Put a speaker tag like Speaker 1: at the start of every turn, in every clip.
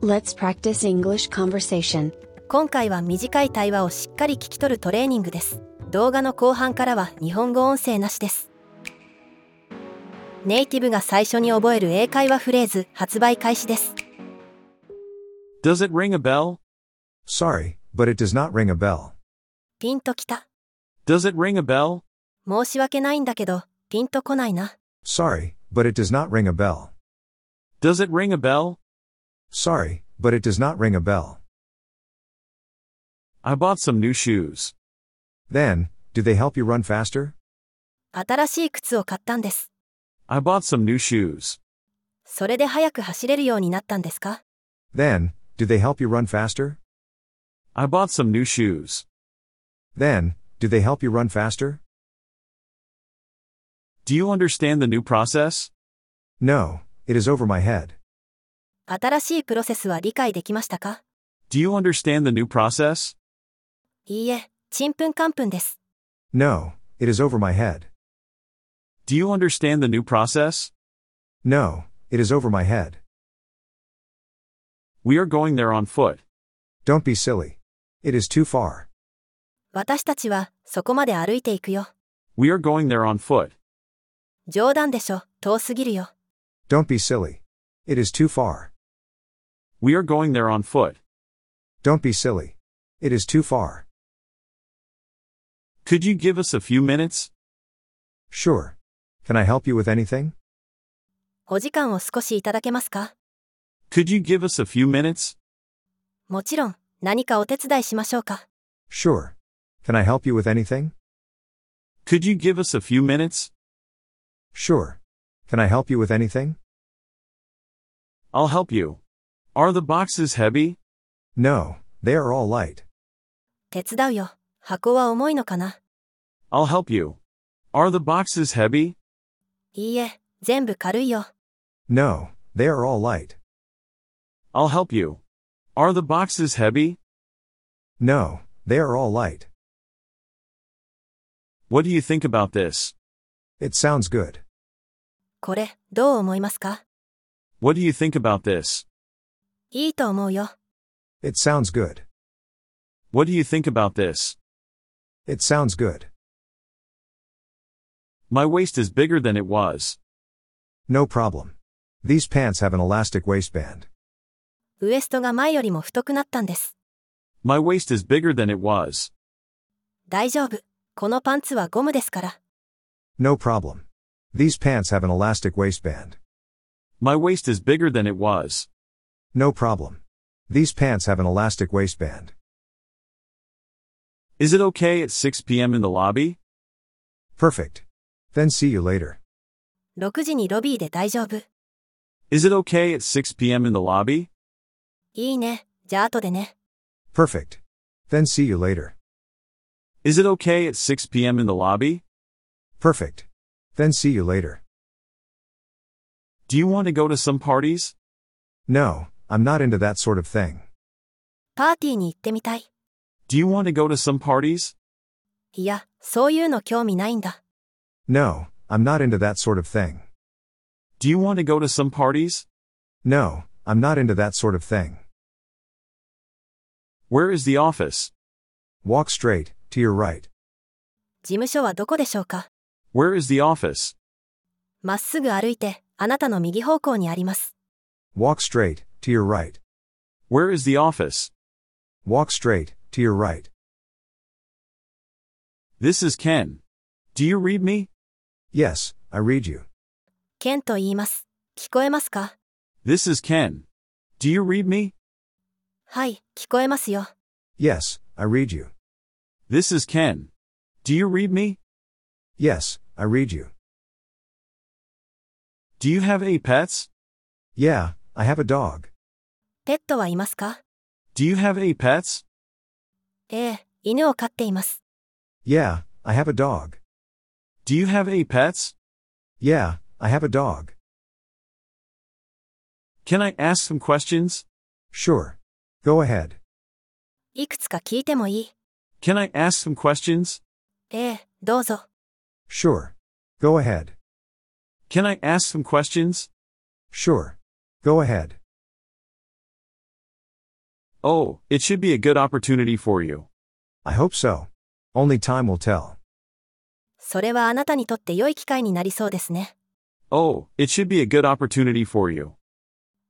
Speaker 1: Let's practice English conversation.
Speaker 2: 今回は短い対話をしっかり聞き取るトレーニングです動画の後半からは日本語音声なしですネイティブが最初に覚える英会話フレーズ発売開始です
Speaker 3: Does it ring a bell?
Speaker 4: Sorry, but it does not ring a bell.
Speaker 2: ピンときた
Speaker 3: Does it ring a bell?
Speaker 2: 申し訳ないんだけどピンとこないな
Speaker 4: Sorry, but it does not ring a bell.
Speaker 3: Does it ring a bell?
Speaker 4: Sorry, but it does not ring a bell.
Speaker 3: I bought some new shoes.
Speaker 4: Then, do they help you run faster?
Speaker 2: 新しい靴を買ったんです
Speaker 3: I bought some new shoes.
Speaker 2: それで早く走れるようになったんですか
Speaker 4: Then, do they help you run faster?
Speaker 3: I bought some new shoes.
Speaker 4: Then, do they help you run faster?
Speaker 3: Do you understand the new process?
Speaker 4: No, it is over my head.
Speaker 2: 新しいプロセスは理解できましたか
Speaker 3: Do you understand the new process?
Speaker 2: いいえちんぷんかんぷんです
Speaker 4: No, it is over my head.
Speaker 3: Do you understand the new process?
Speaker 4: No, it is over my head.
Speaker 3: We are going there on foot.
Speaker 4: Don't be silly. It is too far.
Speaker 2: 私たちはそこまで歩いていくよ
Speaker 3: We are going there on foot.
Speaker 2: 冗談でしょ遠すぎるよ
Speaker 4: Don't be silly. It is too far.
Speaker 3: We are going there on foot.
Speaker 4: Don't be silly. It is too far.
Speaker 3: Could you give us a few minutes?
Speaker 4: Sure. Can I help you with anything?
Speaker 2: お時間を少しいただけますか
Speaker 3: Could you give us a few minutes?
Speaker 2: もちろん何かお手伝いしましょうか
Speaker 4: Sure. Can I help you with anything?
Speaker 3: Could you give us a few minutes?
Speaker 4: Sure. Can I help you with anything?
Speaker 3: I'll help you. Are the boxes heavy?
Speaker 4: No, they are all light.
Speaker 2: 手伝うよ箱は重いのかな
Speaker 3: I'll help you. Are the boxes heavy?
Speaker 2: いいえ全部軽いよ
Speaker 4: No, they are all light.
Speaker 3: I'll help you. Are the boxes heavy?
Speaker 4: No, they are all light.
Speaker 3: What do you think about this?
Speaker 4: It sounds good.
Speaker 2: これどう思いますか
Speaker 3: What do you think about this?
Speaker 2: いいと思うよ
Speaker 4: It sounds good.
Speaker 3: What do you think about this?
Speaker 4: It sounds good.
Speaker 3: My waist is bigger than it was.
Speaker 4: No problem. These pants have an elastic waistband.
Speaker 2: ウエストが前よりも太くなったんです
Speaker 3: My waist is bigger than it was.
Speaker 2: 大丈夫このパンツはゴムですから
Speaker 4: No problem. These pants have an elastic waistband.
Speaker 3: My waist is bigger than it was.
Speaker 4: No problem. These pants have an elastic waistband.
Speaker 3: Is it okay at 6 p.m. in the lobby?
Speaker 4: Perfect. Then see you later.
Speaker 2: 6時にロビーで大丈夫
Speaker 3: Is it okay at 6 p.m. in the lobby?
Speaker 2: いいねじゃあ後でね
Speaker 4: Perfect. Then see you later.
Speaker 3: Is it okay at 6 p.m. in the lobby?
Speaker 4: Perfect. Then see you later.
Speaker 3: Do you want to go to some parties?
Speaker 4: No, I'm not into that sort of thing.
Speaker 2: パーティーに行ってみたい
Speaker 3: Do you want to go to some parties?
Speaker 2: いやそういうの興味ないんだ
Speaker 4: No, I'm not into that sort of thing.
Speaker 3: Do you want to go to some parties?
Speaker 4: No, I'm not into that sort of thing.
Speaker 3: Where is the office?
Speaker 4: Walk straight, to your right.
Speaker 2: 事務所はどこでしょうか
Speaker 3: Where is the office?
Speaker 2: まっすぐ歩いてあなたの右方向にあります
Speaker 4: Walk straight, to your right.
Speaker 3: Where is the office?
Speaker 4: Walk straight, to your right.
Speaker 3: This is Ken. Do you read me?
Speaker 4: Yes, I read you.
Speaker 2: ケンと言います聞こえますか
Speaker 3: This is Ken. Do you read me?
Speaker 2: はい聞こえますよ
Speaker 4: Yes, I read you.
Speaker 3: This is Ken. Do you read me?
Speaker 4: Yes, I read you.
Speaker 3: Do you have E any pets?
Speaker 4: Yeah, I have a dog.
Speaker 2: ペットはいますか
Speaker 3: Do you have E any pets?
Speaker 2: ええ犬を飼っています
Speaker 4: Yeah, I have a dog.
Speaker 3: Do you have E any pets?
Speaker 4: Yeah, I have a dog.
Speaker 3: Can I ask some questions?
Speaker 4: Sure. Go ahead.
Speaker 2: いくつか聞いてもいい
Speaker 3: Can I ask some questions?
Speaker 2: ええどうぞ
Speaker 4: Sure. Go ahead.
Speaker 3: Can I ask some questions?
Speaker 4: Sure. Go ahead.
Speaker 3: Oh, it should be a good opportunity for you.
Speaker 4: I hope so. Only time will tell.
Speaker 2: それはあなたにとって良い機会になりそうですね。
Speaker 3: Oh, it should be a good opportunity for you.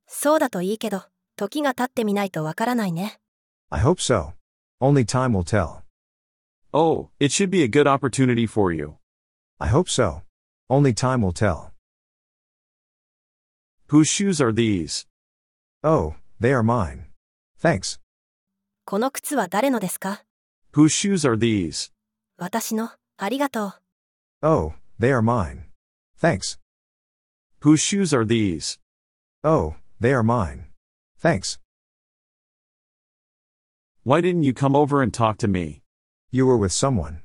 Speaker 2: そうだといいけど、時が経ってみないとわからないね。
Speaker 4: I hope so. Only time will tell.
Speaker 3: Oh, it should be a good opportunity for you.
Speaker 4: I hope so. Only time will tell.
Speaker 3: Whose shoes are these?
Speaker 4: Oh, they are mine. Thanks.
Speaker 2: この靴は誰のですか
Speaker 3: Whose shoes are these?
Speaker 2: 私の、ありがとう。
Speaker 4: Oh, they are mine. Thanks.
Speaker 3: Whose shoes are these?
Speaker 4: Oh, they are mine. Thanks.
Speaker 3: Why didn't you come over and talk to me?
Speaker 4: You were with someone.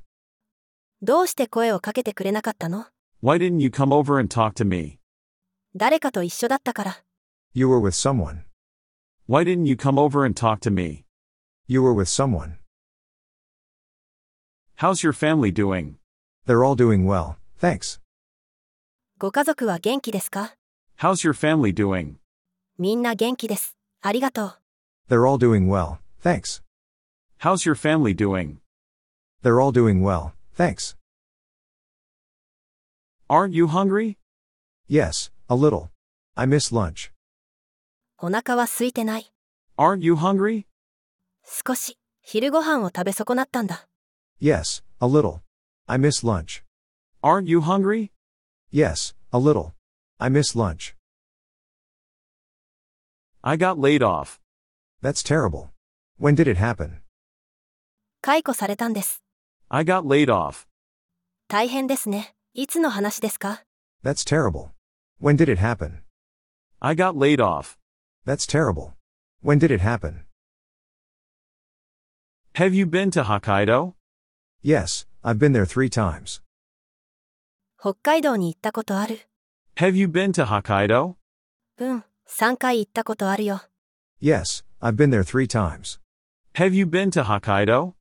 Speaker 2: どうして声をかけてくれなかったの
Speaker 3: Why didn't you come over and talk to me?
Speaker 2: 誰かと一緒だったから。
Speaker 4: You were with someone.
Speaker 3: Why didn't you come over and talk to me?
Speaker 4: You were with someone.
Speaker 3: How's your family doing?
Speaker 4: They're all doing well. Thanks.
Speaker 2: ご家族は元気ですか
Speaker 3: How's your family doing?
Speaker 2: みんな元気です。ありがとう。
Speaker 4: They're all doing well. Thanks.
Speaker 3: How's your family doing?
Speaker 4: They're all doing well. Thanks.
Speaker 3: Aren't you hungry?
Speaker 4: Yes, a little. I miss lunch.
Speaker 2: お腹は空いてない。
Speaker 3: Aren't you hungry?
Speaker 2: 少し、昼ご飯を食べ損なったんだ。
Speaker 4: Yes, a little. I miss lunch.
Speaker 3: Aren't you hungry?
Speaker 4: Yes, a little. I miss lunch.
Speaker 3: I got laid off.
Speaker 4: That's terrible. When did it happen?
Speaker 2: 解雇されたんです。
Speaker 3: I got laid off.
Speaker 2: 大変ですね。いつの話ですか
Speaker 4: That's terrible. When did it happen?
Speaker 3: I got laid off.
Speaker 4: That's terrible. When did it happen?
Speaker 3: Have you been to Hokkaido?
Speaker 4: Yes, I've been there three times.
Speaker 2: 北海道に行ったことある。
Speaker 3: Have you been to Hokkaido?
Speaker 2: うん、3回行ったことあるよ。
Speaker 4: Yes, I've been there three times.
Speaker 3: Have you been to Hokkaido?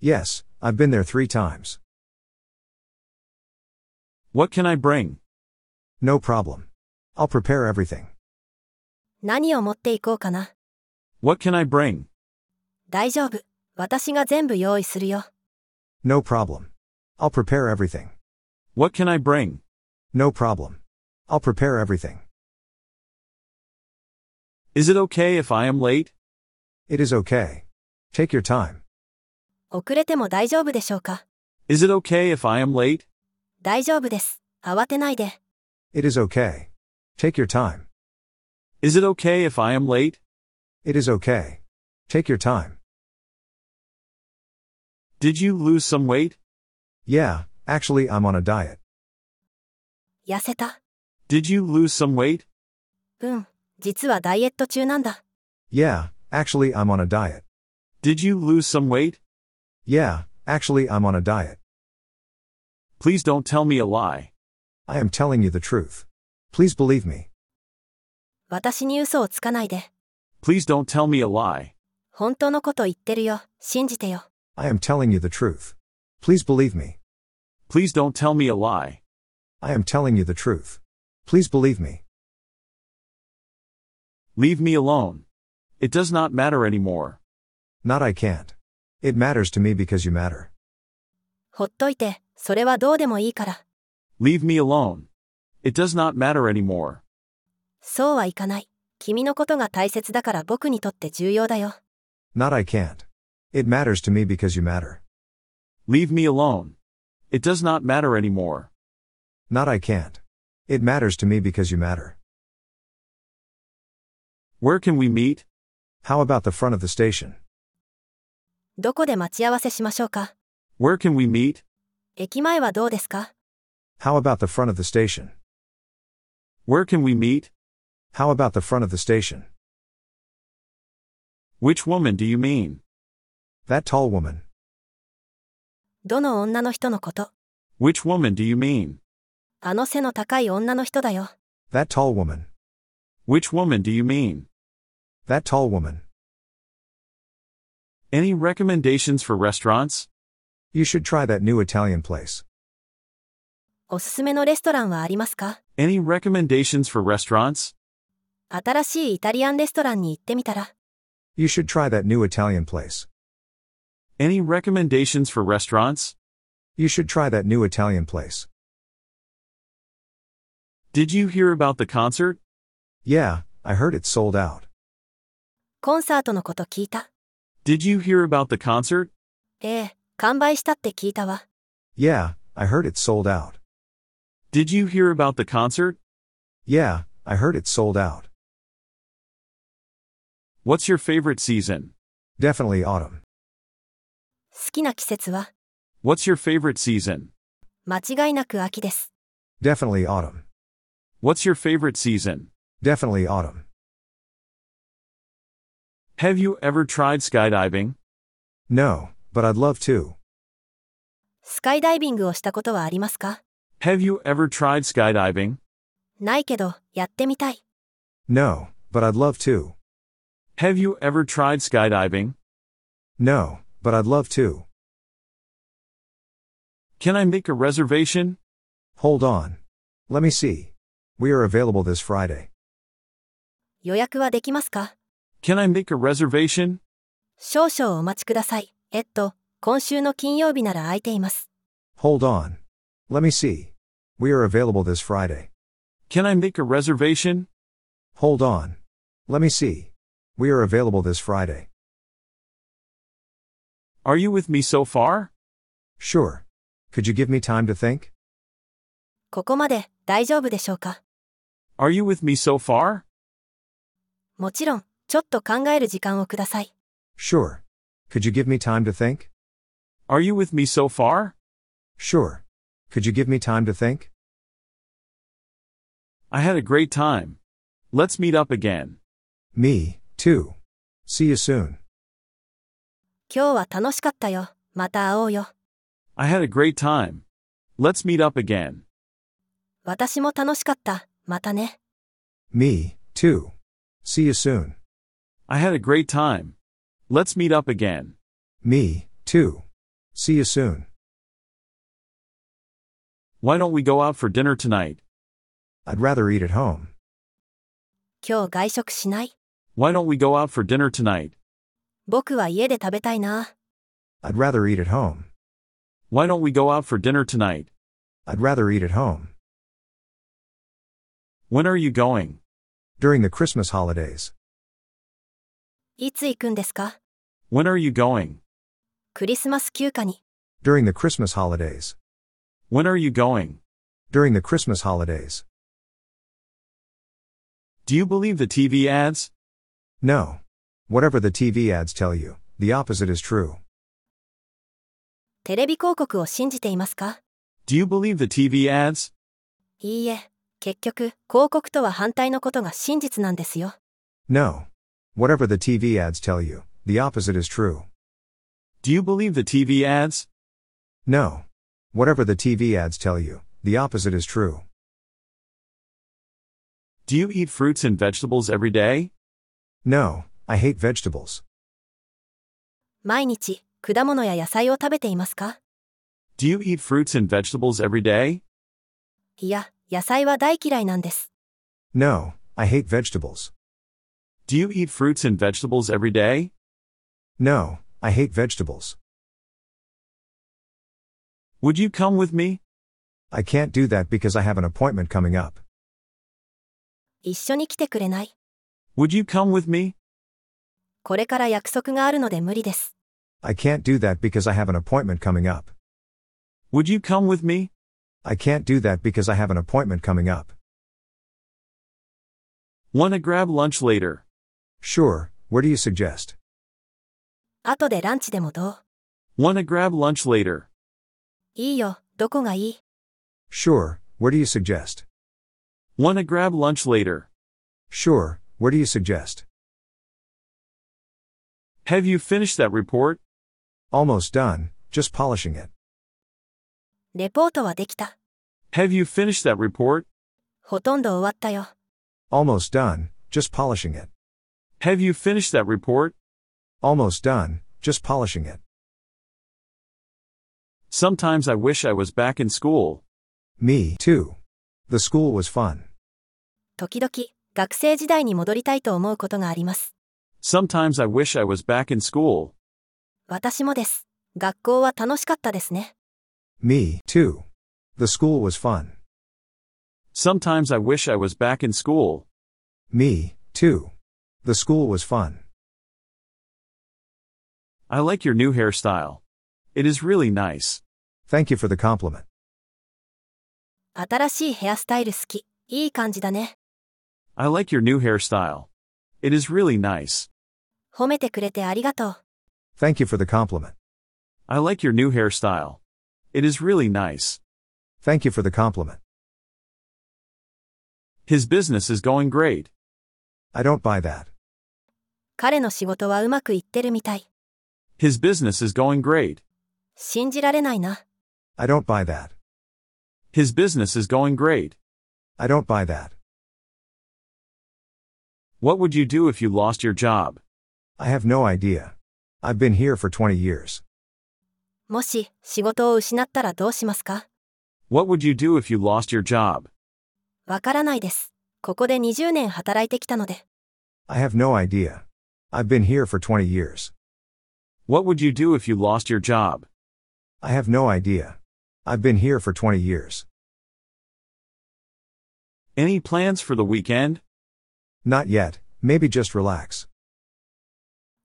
Speaker 4: Yes, I've been there three times.
Speaker 3: What can I bring?
Speaker 4: No problem. I'll prepare everything.
Speaker 2: 何を持っていこうかな。
Speaker 3: What can I bring?
Speaker 2: 大丈夫。私が全部用意するよ。
Speaker 4: No problem. I'll prepare everything.
Speaker 3: What can I bring?
Speaker 4: No problem. I'll prepare everything.
Speaker 3: Is it okay if I am late?
Speaker 4: It is okay. Take your time.
Speaker 2: 遅れても大丈夫でしょうか
Speaker 3: Is it okay if I am late?
Speaker 2: 大丈夫です。慌てないで。
Speaker 4: It is okay. Take your time.
Speaker 3: Is it okay if I am late?
Speaker 4: It is okay. Take your time.
Speaker 3: Did you lose some weight?
Speaker 4: Yeah, actually, I'm on a diet.
Speaker 2: 痩せた。
Speaker 3: Did you lose some weight?
Speaker 2: うん、実はダイエット中なんだ。
Speaker 4: Yeah, actually, I'm on a diet.
Speaker 3: Did you lose some weight?
Speaker 4: Yeah, actually, I'm on a diet.
Speaker 3: Please don't tell me a lie.
Speaker 4: I am telling you the truth. Please believe me.
Speaker 2: 私に嘘をつかないで。
Speaker 3: Please don't tell me a lie.
Speaker 2: 本当のこと言ってるよ。信じてよ。
Speaker 4: I am telling you the truth. Please believe me.
Speaker 3: Please don't tell me a lie.
Speaker 4: I am telling you the truth. Please believe me.
Speaker 3: Leave me alone. It does not matter anymore.
Speaker 4: Not I can't. It matters to me because you matter.
Speaker 2: ほっといて、それはどうでもいいから。
Speaker 3: Leave me alone. It does not matter anymore.
Speaker 2: そうはいかない。君のことが大切だから僕にとって重要だよ。
Speaker 4: Not I can't. It matters to me because you matter.
Speaker 3: Leave me alone. It does not matter anymore.
Speaker 4: Not I can't. It matters to me because you matter.
Speaker 3: Where can we meet?
Speaker 4: How about the front of the station?
Speaker 2: どこで待ち合わせしましょうか
Speaker 3: Where can we meet?
Speaker 2: 駅前はどうですか
Speaker 4: How about the front of the station?
Speaker 3: Where can we meet?
Speaker 4: How about the front of the station?
Speaker 3: Which woman do you mean?
Speaker 4: That tall woman.
Speaker 2: どの女の人のこと。
Speaker 3: Which woman do you mean?
Speaker 2: あの背の高い女の人だよ。
Speaker 4: That tall woman.
Speaker 3: Which woman do you mean?
Speaker 4: That tall woman.
Speaker 3: Any recommendations for restaurants?
Speaker 4: You should try that new Italian place.
Speaker 2: おすすめのレストランはありますか
Speaker 3: Any recommendations for restaurants?
Speaker 2: 新しいイタリアンレストランに行ってみたら。
Speaker 4: You should try that new Italian place.
Speaker 3: Any recommendations for restaurants?
Speaker 4: You should try that new Italian place.
Speaker 3: Did you hear about the concert?
Speaker 4: Yeah, I heard it sold out.
Speaker 2: コンサートのこと聞いた
Speaker 3: Did you hear about the concert?
Speaker 2: ええ、完売したって聞いたわ。
Speaker 4: Yeah, I heard it sold out.
Speaker 3: Did you hear about the concert?
Speaker 4: Yeah, I heard it sold out.
Speaker 3: What's your favorite season?
Speaker 4: Definitely autumn.
Speaker 2: 好きな季節は、
Speaker 3: What's your favorite season?
Speaker 2: 間違いなく秋です。
Speaker 4: Definitely autumn.
Speaker 3: What's your favorite season?
Speaker 4: Definitely autumn.
Speaker 3: Have you ever tried skydiving?
Speaker 4: No, but I'd love to.
Speaker 2: スカイダイビングをしたことはありますか
Speaker 3: Have you ever tried skydiving?
Speaker 2: ないけど、やってみたい。
Speaker 4: No, but I'd love to.
Speaker 3: Have you ever tried skydiving?
Speaker 4: No, but I'd love to.
Speaker 3: Can I make a reservation?
Speaker 4: Hold on. Let me see. We are available this Friday.
Speaker 2: 予約はできますか
Speaker 3: Can I make a reservation?
Speaker 2: 少々お待ちください。えっと、今週の金曜日なら空いています。
Speaker 4: Hold on. Let me see. We are available this Friday.
Speaker 3: Can I make a reservation?
Speaker 4: Hold on. Let me see. We are available this Friday.
Speaker 3: Are you with me so far?
Speaker 4: Sure. Could you give me time to think?
Speaker 2: ここまで大丈夫でしょうか
Speaker 3: Are you with me so far?
Speaker 2: もちろん、ちょっと考える時間をください。
Speaker 4: Sure. Could you give me time to think?
Speaker 3: Are you with me so far?
Speaker 4: Sure. Could you give me time to think?
Speaker 3: I had a great time. Let's meet up again.
Speaker 4: Me, too. See you soon.
Speaker 2: 今日は楽しかったよ。また会おうよ。
Speaker 3: I had a great time. Let's meet up again.
Speaker 2: 私も楽しかった。またね。
Speaker 4: Me, too. See you soon.
Speaker 3: I had a great time. Let's meet up again.
Speaker 4: Me, too. See you soon.
Speaker 3: Why don't we go out for dinner tonight?
Speaker 4: I'd rather eat at home.
Speaker 2: 今日外食しない
Speaker 3: Why don't we go out for dinner tonight?
Speaker 2: 僕は家で食べたいな。
Speaker 4: I'd rather eat at home.
Speaker 3: Why don't we go out for dinner tonight?
Speaker 4: I'd rather eat at home.
Speaker 3: When are you going?
Speaker 4: During the Christmas holidays.
Speaker 2: いつ行くんですか
Speaker 3: When are you going?
Speaker 2: クリスマス休暇に。
Speaker 4: During the Christmas holidays.
Speaker 3: When are you going?
Speaker 4: During the Christmas holidays.
Speaker 3: Do you believe the TV ads?
Speaker 4: No. Whatever the TV ads tell you, the opposite is true.
Speaker 2: テレビ広告を信じていますか
Speaker 3: Do you believe the TV ads?
Speaker 2: いいえ。結局、広告とは反対のことが真実なんですよ。
Speaker 4: No. Whatever the TV ads tell you, the opposite is true.
Speaker 3: Do you believe the TV ads?
Speaker 4: No. Whatever the TV ads tell you, the opposite is true.
Speaker 3: Do you eat fruits and vegetables every day?
Speaker 4: No, I hate vegetables.
Speaker 2: 毎日、果物や野菜を食べていますか
Speaker 3: Do you eat fruits and vegetables every day?
Speaker 2: いや、野菜は大嫌いなんです。
Speaker 4: No, I hate vegetables.
Speaker 3: Do you eat fruits and vegetables every day?
Speaker 4: No, I hate vegetables.
Speaker 3: Would you come with me?
Speaker 4: I can't do that because I have an appointment coming up.
Speaker 2: 一緒に来てくれない
Speaker 3: Would you come with me?
Speaker 2: これから約束があるので無理です。
Speaker 4: I can't do that because I have an appointment coming up.
Speaker 3: Would you come with me?
Speaker 4: I can't do that because I have an appointment coming up.
Speaker 3: Wanna grab lunch later?
Speaker 4: Sure, where do you suggest?
Speaker 2: 後でランチでもどう
Speaker 3: Wanna grab lunch later?
Speaker 2: いいよ、どこがいい
Speaker 4: Sure, where do you suggest?
Speaker 3: Wanna grab lunch later?
Speaker 4: Sure, where do you suggest?
Speaker 3: Have you finished that report?
Speaker 4: Almost done, just polishing it.
Speaker 2: レポートはできた。
Speaker 3: Have you finished that report?
Speaker 2: ほとんど終わったよ。
Speaker 4: Almost done, just polishing it.
Speaker 3: Have you finished that report?
Speaker 4: Almost done, just polishing it.
Speaker 3: Sometimes I wish I was back in school.
Speaker 4: Me, too. The school was fun.
Speaker 2: 時々、学生時代に戻りたいと思うことがあります。
Speaker 3: Sometimes I wish I was back in school.
Speaker 2: 私もです。学校は楽しかったですね。
Speaker 4: Me, too. The school was fun.
Speaker 3: Sometimes I wish I was back in school.
Speaker 4: Me, too. The school was fun.
Speaker 3: I like your new hairstyle. It is really nice.
Speaker 4: Thank you for the compliment.
Speaker 2: 新しいヘアスタイル好き。いい感じだね。
Speaker 3: I like your new hairstyle. It is really nice.
Speaker 2: 褒めてくれてありがとう。
Speaker 4: Thank you for the compliment.
Speaker 3: I like your new hairstyle. It is really nice.
Speaker 4: Thank you for the compliment.
Speaker 3: His business is going great.
Speaker 4: I don't buy that.
Speaker 2: 彼の仕事はうまくいってるみたい。
Speaker 3: His business is going great.
Speaker 2: 信じられないな。
Speaker 4: I don't buy that.
Speaker 3: His business is going great.
Speaker 4: I don't buy that.
Speaker 3: What would you do if you lost your job?
Speaker 4: I have no idea. I've been here for 20 years.
Speaker 2: もし、仕事を失ったらどうしますか
Speaker 3: What would you do if you lost your job?
Speaker 2: わからないです。ここで20年働いてきたので。
Speaker 4: I have no idea. I've been here for 20 years.
Speaker 3: What would you do if you lost your job?
Speaker 4: I have no idea. I've been here for 20 years.
Speaker 3: Any plans for the weekend?
Speaker 4: Not yet. Maybe just relax.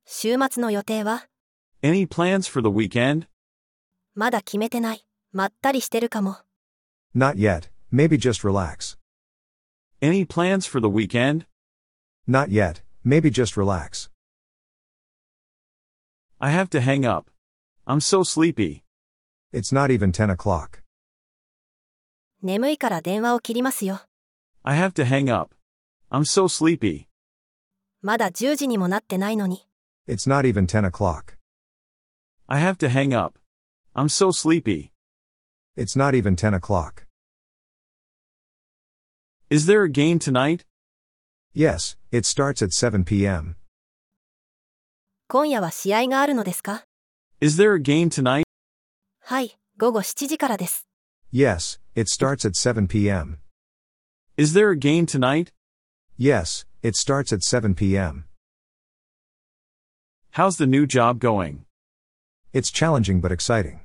Speaker 2: 週末の予定は
Speaker 3: Any plans for the weekend?
Speaker 2: まだ決めてない。まったりしてるかも。
Speaker 4: Not yet. Maybe just relax.
Speaker 3: Any plans for the weekend?
Speaker 4: Not yet. Maybe just relax.
Speaker 3: I have to hang up. I'm so sleepy.
Speaker 4: It's not even 10 o'clock.
Speaker 2: 眠いから電話を切りますよ。
Speaker 3: I have to hang up. I'm so sleepy.
Speaker 2: まだ10時にもなってないのに。
Speaker 4: It's not even 10 o'clock.
Speaker 3: I have to hang up. I'm so sleepy.
Speaker 4: It's not even 10 o'clock.
Speaker 3: Is there a game tonight?
Speaker 4: Yes, it starts at 7 p.m.
Speaker 2: 今夜は試合があるのですか
Speaker 3: Is there a game tonight?
Speaker 2: はい、午後7時からです。
Speaker 4: Yes, it starts at 7 p.m.
Speaker 3: Is there a game tonight?
Speaker 4: Yes, it starts at 7 p.m.
Speaker 3: How's the new job going?
Speaker 4: It's challenging but exciting.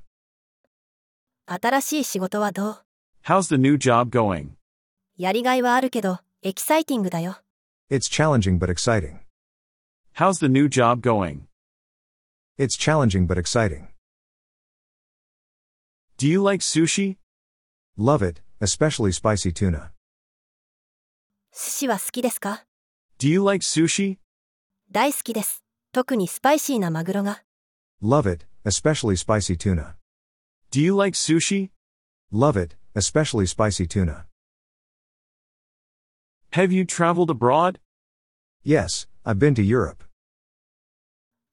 Speaker 2: 新しい仕事はどう
Speaker 3: How's the new job going?
Speaker 2: やりがいはあるけど、エキサイティングだよ。
Speaker 4: It's challenging but exciting.
Speaker 3: How's the new job going?
Speaker 4: It's challenging but exciting.
Speaker 3: Do you like sushi?
Speaker 4: Love it, especially spicy tuna.
Speaker 2: 寿司は好きですか
Speaker 3: Do you like sushi?
Speaker 2: 大好きです。特にスパイシーなマグロが。
Speaker 4: Love it, especially spicy tuna.
Speaker 3: Do you like sushi?
Speaker 4: Love it, especially spicy tuna.
Speaker 3: Have you traveled abroad?
Speaker 4: Yes, I've been to Europe.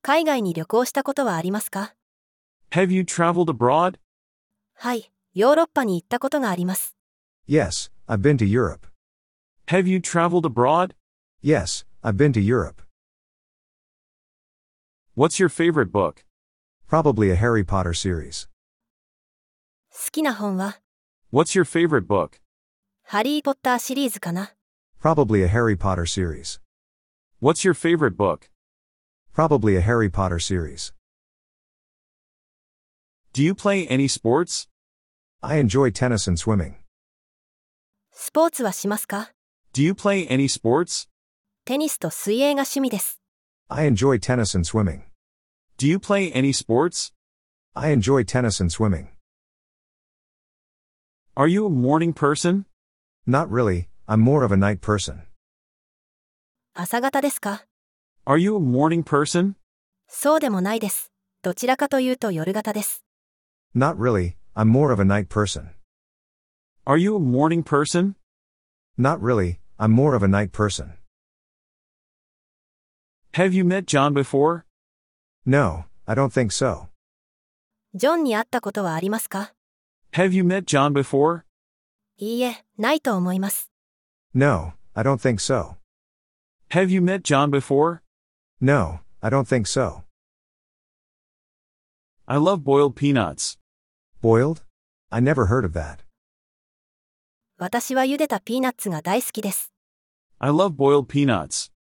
Speaker 2: 海外に旅行したことはありますか
Speaker 3: Have you traveled abroad?
Speaker 2: はい、ヨーロッパに行ったことがあります。
Speaker 4: Yes, I've been to Europe.
Speaker 3: Have you traveled abroad?
Speaker 4: Yes, I've been to Europe.
Speaker 3: What's your favorite book?
Speaker 4: Probably a Harry Potter series.
Speaker 2: 好きな本は、
Speaker 3: What's your favorite book?
Speaker 2: ハリー・ポッターシリーズかな。
Speaker 4: Probably a Harry Potter series.
Speaker 3: What's your favorite book?
Speaker 4: Probably a Harry Potter series.
Speaker 3: Do you play any sports?
Speaker 4: I enjoy tennis and swimming.
Speaker 2: スポーツはしますか
Speaker 3: Do you play any sports?
Speaker 2: テニスと水泳が趣味です。
Speaker 4: I enjoy tennis and swimming.
Speaker 3: Do you play any sports?
Speaker 4: I enjoy tennis and swimming.
Speaker 3: Are you a morning person?
Speaker 4: Not really, I'm more of a night person.
Speaker 2: 朝方ですか
Speaker 3: Are you a morning person?
Speaker 2: そうでもないです。どちらかというと夜型です。
Speaker 4: Not really, I'm more of a night person.
Speaker 3: Are you a morning person?
Speaker 4: Not really, I'm more of a night person.
Speaker 3: Have you met John before?
Speaker 4: No, I don't think so.
Speaker 2: ジョンに会ったことはありますか
Speaker 3: Have you met John before?
Speaker 2: いいえ、ないと思います。
Speaker 4: No, I don't think so.
Speaker 3: Have you met John before?
Speaker 4: No, I don't think so.
Speaker 3: I love boiled peanuts.
Speaker 4: Boiled? I never heard of that.
Speaker 2: 私は茹でたピーナッツが大好きです。
Speaker 3: I love boiled peanuts.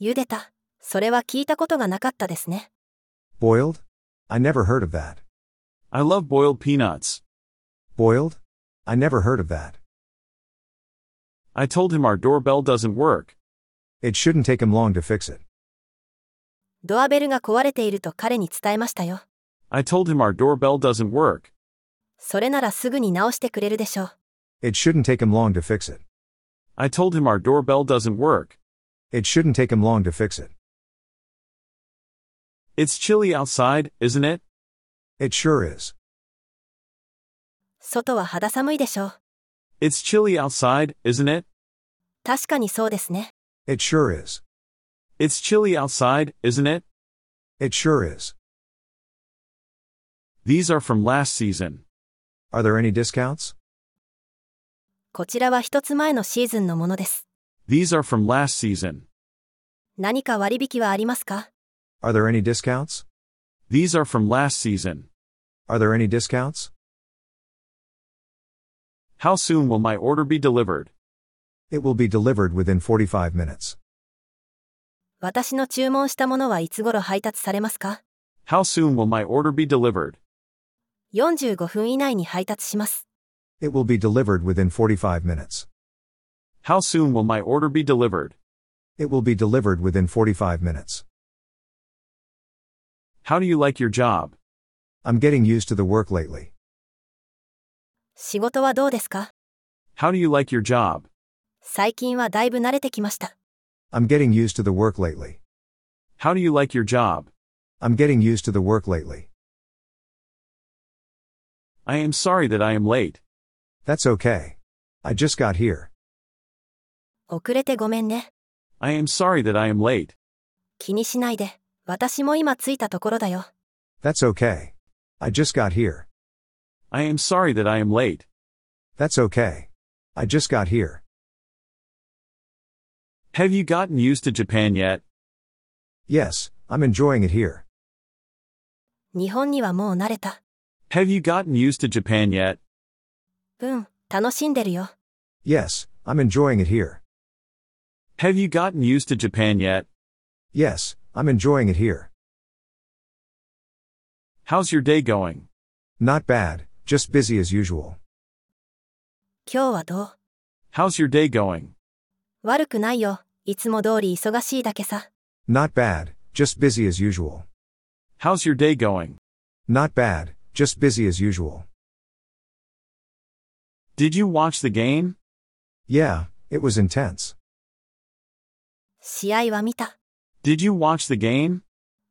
Speaker 2: 茹でた。それは聞いたことがなかったですね。
Speaker 4: Boiled? I never heard of that.
Speaker 3: I love boiled peanuts.
Speaker 4: Boiled? I never heard of that.
Speaker 3: I told him our doorbell doesn't work.
Speaker 4: It shouldn't take him long to fix it.
Speaker 2: ドアベルが壊れていると彼に伝えましたよ。
Speaker 3: I told him our doorbell doesn't work.
Speaker 2: それならすぐに直してくれるでしょう。
Speaker 4: It shouldn't take him long to fix it.
Speaker 3: I told him our doorbell doesn't work.
Speaker 4: It shouldn't take him long to fix it.
Speaker 3: It's chilly outside, isn't it?
Speaker 4: It sure is.
Speaker 2: 外は肌寒いでしょう。
Speaker 3: It's chilly outside, isn't it?
Speaker 2: 確かにそうですね。
Speaker 4: It sure is.
Speaker 3: It's chilly outside, isn't it?
Speaker 4: It sure is.
Speaker 3: These are from last season.
Speaker 4: Are there any discounts?
Speaker 2: こちらは一つ前のシーズンのものです。
Speaker 3: These are from last season.
Speaker 2: 何か割引はありますか
Speaker 4: Are there any discounts?
Speaker 3: These are from last season.
Speaker 4: Are there any discounts?
Speaker 3: How soon will my order be delivered?
Speaker 4: It will be delivered within 45 minutes.
Speaker 2: 私の注文したものはいつ頃配達されますか
Speaker 3: How soon will my order be delivered?
Speaker 2: ?45 分以内に配達します。
Speaker 4: It will be delivered within 45 minutes.
Speaker 3: How soon will my order be delivered?
Speaker 4: It will be delivered within 45 minutes.
Speaker 3: How do you like your job?
Speaker 4: I'm getting used to the work lately.
Speaker 2: 仕事はどうですか
Speaker 3: How do you like your job?
Speaker 2: 最近はだいぶ慣れてきました。
Speaker 4: I'm getting used to the work lately.
Speaker 3: How do you like your job?
Speaker 4: I'm getting used to the work lately.
Speaker 3: I am sorry that I am late.
Speaker 4: That's okay. I just got here.
Speaker 2: 遅れてごめんね。
Speaker 3: I am sorry that I am late.
Speaker 2: 気にしないで。私も今着いたところだよ。
Speaker 4: That's okay. I just got here.
Speaker 3: I am sorry that I am late.
Speaker 4: That's okay. I just got here.
Speaker 3: Have you gotten used to Japan yet?
Speaker 4: Yes, I'm enjoying it here.
Speaker 2: 日本にはもう慣れた。
Speaker 3: Have you gotten used to Japan yet?
Speaker 2: うん、楽しんでるよ。
Speaker 4: Yes, I'm enjoying it here.
Speaker 3: Have you gotten used to Japan yet?
Speaker 4: Yes, I'm enjoying it here.
Speaker 3: How's your day going?
Speaker 4: Not bad, just busy as usual.
Speaker 2: 今日はどう
Speaker 3: How's your day going?
Speaker 2: 悪くないよ。いつも通り忙しいだけさ。
Speaker 4: Not bad, just busy as usual.
Speaker 3: How's your day going?
Speaker 4: Not bad, just busy as usual.
Speaker 3: Did you watch the game?
Speaker 4: Yeah, it was intense.
Speaker 2: 試合は見た。
Speaker 3: Did you watch the game?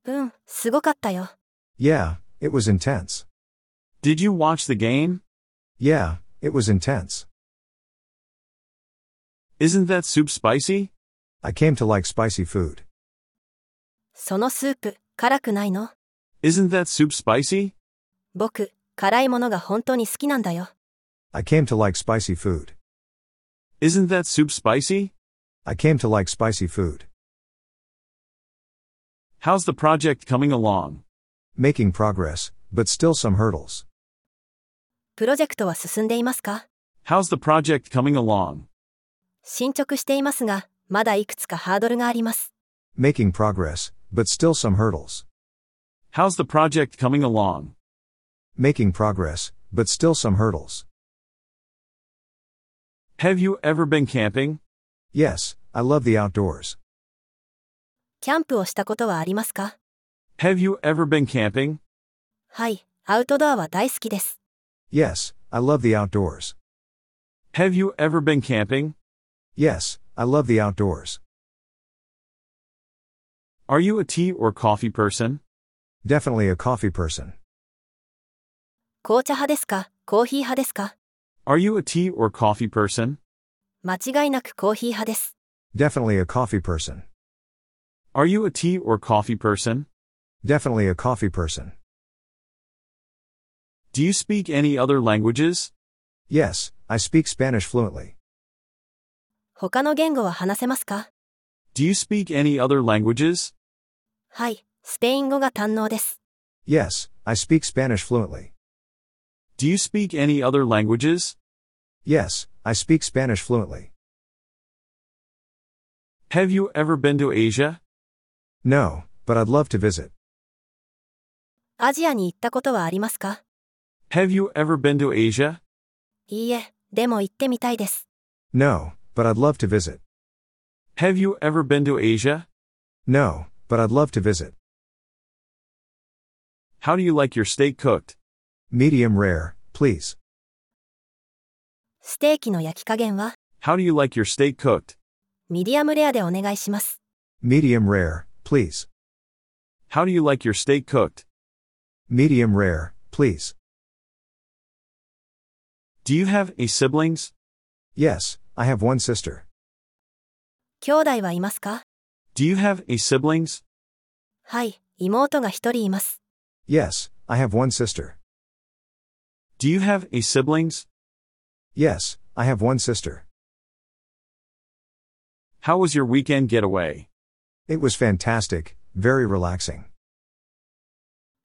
Speaker 2: うん、すごかったよ。
Speaker 4: Yeah, it was intense.
Speaker 3: Did you watch the game?
Speaker 4: Yeah, it was intense.
Speaker 3: Isn't that soup spicy?
Speaker 4: I came to like spicy food.
Speaker 2: そのスープ、辛くないの
Speaker 3: Isn't that soup spicy?
Speaker 2: 僕、辛いものが本当に好きなんだよ。
Speaker 4: I came to like spicy food.
Speaker 3: Isn't that soup spicy?
Speaker 4: I came to like spicy food.
Speaker 3: How's the project coming along?
Speaker 4: Making progress, but still some hurdles.
Speaker 2: プロジェクトは進んでいますか
Speaker 3: How's the project coming along?
Speaker 2: 進捗していますが、まだいくつかハードルがあります。
Speaker 4: Making progress, but still some hurdles.
Speaker 3: How's the project coming along?
Speaker 4: Making progress, but still some hurdles.
Speaker 3: Have you ever been camping?
Speaker 4: Yes, I love the outdoors.
Speaker 2: キャンプをしたことはありますか
Speaker 3: Have you ever been camping?
Speaker 2: はい、アウトドアは大好きです。
Speaker 4: Yes, I love the outdoors.
Speaker 3: Have you ever been camping?
Speaker 4: Yes, I love the outdoors.
Speaker 3: Are you a tea or coffee person?
Speaker 4: Definitely a coffee person.
Speaker 2: 紅茶派ですかコーヒー派ですか
Speaker 3: Are you a tea or coffee person?
Speaker 2: 間違いなくコーヒー派です。
Speaker 4: Definitely a coffee person.
Speaker 3: Are you a tea or coffee person?
Speaker 4: Definitely a coffee person.
Speaker 3: Do you speak any other languages?
Speaker 4: Yes, I speak Spanish fluently.
Speaker 2: 他の言語は話せますか
Speaker 3: Do you speak any other languages?
Speaker 2: はい、スペイン語が堪能です。
Speaker 4: Yes, I speak Spanish fluently.
Speaker 3: Do you speak any other languages?
Speaker 4: Yes, I speak Spanish fluently.
Speaker 3: Have you ever been to Asia?
Speaker 4: No, but I'd love to visit.
Speaker 2: アジアに行ったことはありますか
Speaker 3: Have you ever been to Asia?
Speaker 2: いいえ、でも行ってみたいです。
Speaker 4: No, but I'd love to visit.
Speaker 3: Have you ever been to Asia?
Speaker 4: No, but I'd love to visit.
Speaker 3: How do you like your steak cooked?
Speaker 4: Medium rare, please.
Speaker 2: ステーキの焼き加減は
Speaker 3: How do you like your steak cooked?
Speaker 2: ミディアムレアでお願いします。
Speaker 4: Medium rare, please.
Speaker 3: How do you like your steak cooked?
Speaker 4: Medium rare, please.
Speaker 3: Do you have any siblings?
Speaker 4: Yes, I have one sister.
Speaker 2: 兄弟はいますか
Speaker 3: Do you have any siblings?
Speaker 2: はい、妹が一人います。
Speaker 4: Yes, I have one sister.
Speaker 3: Do you have any siblings?
Speaker 4: Yes, I have one sister.
Speaker 3: How was your weekend getaway?
Speaker 4: It was fantastic, very relaxing.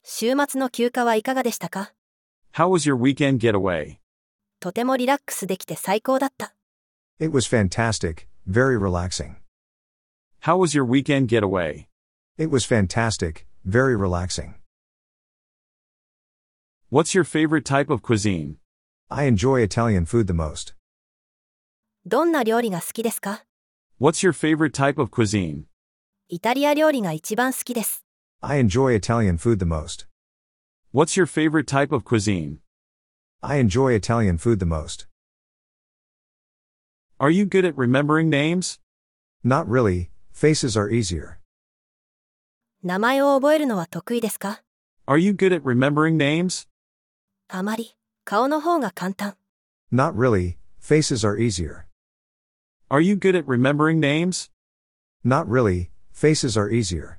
Speaker 2: 週末の休暇はいかがでしたか
Speaker 3: How was your weekend getaway?
Speaker 2: とてもリラックスできて最高だった。
Speaker 4: It was fantastic, very relaxing.
Speaker 3: How was your weekend getaway?
Speaker 4: It was fantastic, very relaxing.
Speaker 3: What's your favorite type of cuisine?
Speaker 4: I enjoy Italian food the most.
Speaker 2: どんな料理が好きですか
Speaker 3: What's your favorite type of cuisine?
Speaker 2: イタリア料理が一番好きです。
Speaker 4: I enjoy Italian food the most.
Speaker 3: What's your favorite type of cuisine?
Speaker 4: I enjoy Italian food the most.
Speaker 3: Are you good at remembering names?
Speaker 4: Not really, faces are easier.
Speaker 2: 名前を覚えるのは得意ですか
Speaker 3: Are you good at remembering names?
Speaker 2: あまり、顔の方が簡単。
Speaker 4: Not really, faces are easier.
Speaker 3: Are you good at remembering names?
Speaker 4: Not really, faces are easier.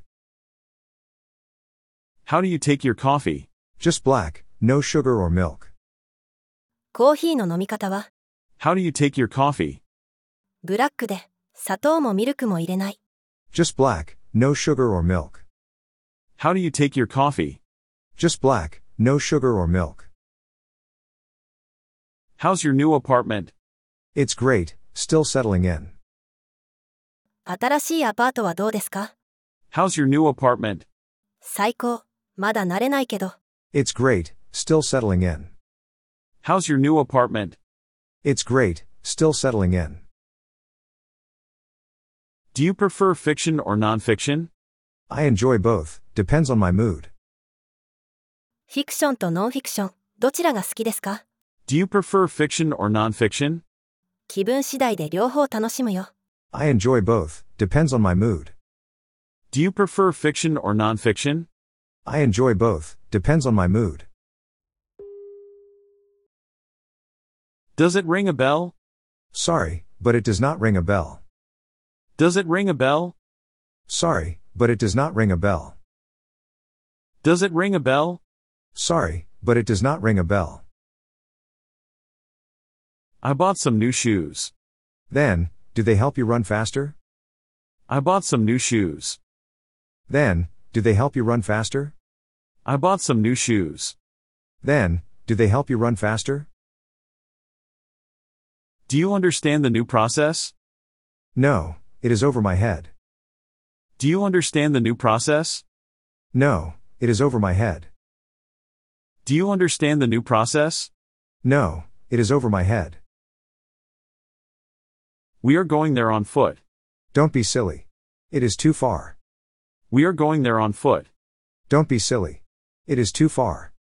Speaker 3: How do you take your coffee?
Speaker 4: Just black, no sugar or milk.
Speaker 2: コーヒーの飲み方は、
Speaker 3: How do you take your coffee?
Speaker 2: ブラックで、砂糖もミルクも入れない。
Speaker 4: Just black, no sugar or milk.
Speaker 3: How do you take your coffee?
Speaker 4: Just black, no sugar or milk.
Speaker 3: How's your new apartment?
Speaker 4: It's great, still settling in.
Speaker 2: 新しいアパートはどうですか
Speaker 3: How's your new apartment?
Speaker 2: 最高。まだ慣れないけど、
Speaker 4: It's great, still settling in.
Speaker 3: How's your new apartment?
Speaker 4: It's great, still settling in.
Speaker 3: Do you prefer fiction or nonfiction?
Speaker 4: I enjoy both, depends on my mood.
Speaker 2: フィクションとノンフィクション、どちらが好きですか
Speaker 3: Do you prefer fiction or nonfiction?
Speaker 2: 気分次第で両方楽しむよ。
Speaker 4: I enjoy both, depends on my mood.
Speaker 3: Do you prefer fiction or nonfiction?
Speaker 4: I enjoy both, depends on my mood.
Speaker 3: Does it ring a bell?
Speaker 4: Sorry, but it does not ring a bell.
Speaker 3: Does it ring a bell?
Speaker 4: Sorry, but it does not ring a bell.
Speaker 3: Does it ring a bell?
Speaker 4: Sorry, but it does not ring a bell.
Speaker 3: I bought some new shoes.
Speaker 4: Then, do they help you run faster?
Speaker 3: I bought some new shoes.
Speaker 4: Then, do they help you run faster?
Speaker 3: I bought some new shoes.
Speaker 4: Then, do they help you run faster?
Speaker 3: Do you understand the new process?
Speaker 4: No, it is over my head.
Speaker 3: Do you understand the new process?
Speaker 4: No, it is over my head.
Speaker 3: Do you understand the new process?
Speaker 4: No, it is over my head.
Speaker 3: We are going there on foot.
Speaker 4: Don't be silly. It is too far.
Speaker 3: We are going there on foot.
Speaker 4: Don't be silly. It is too far.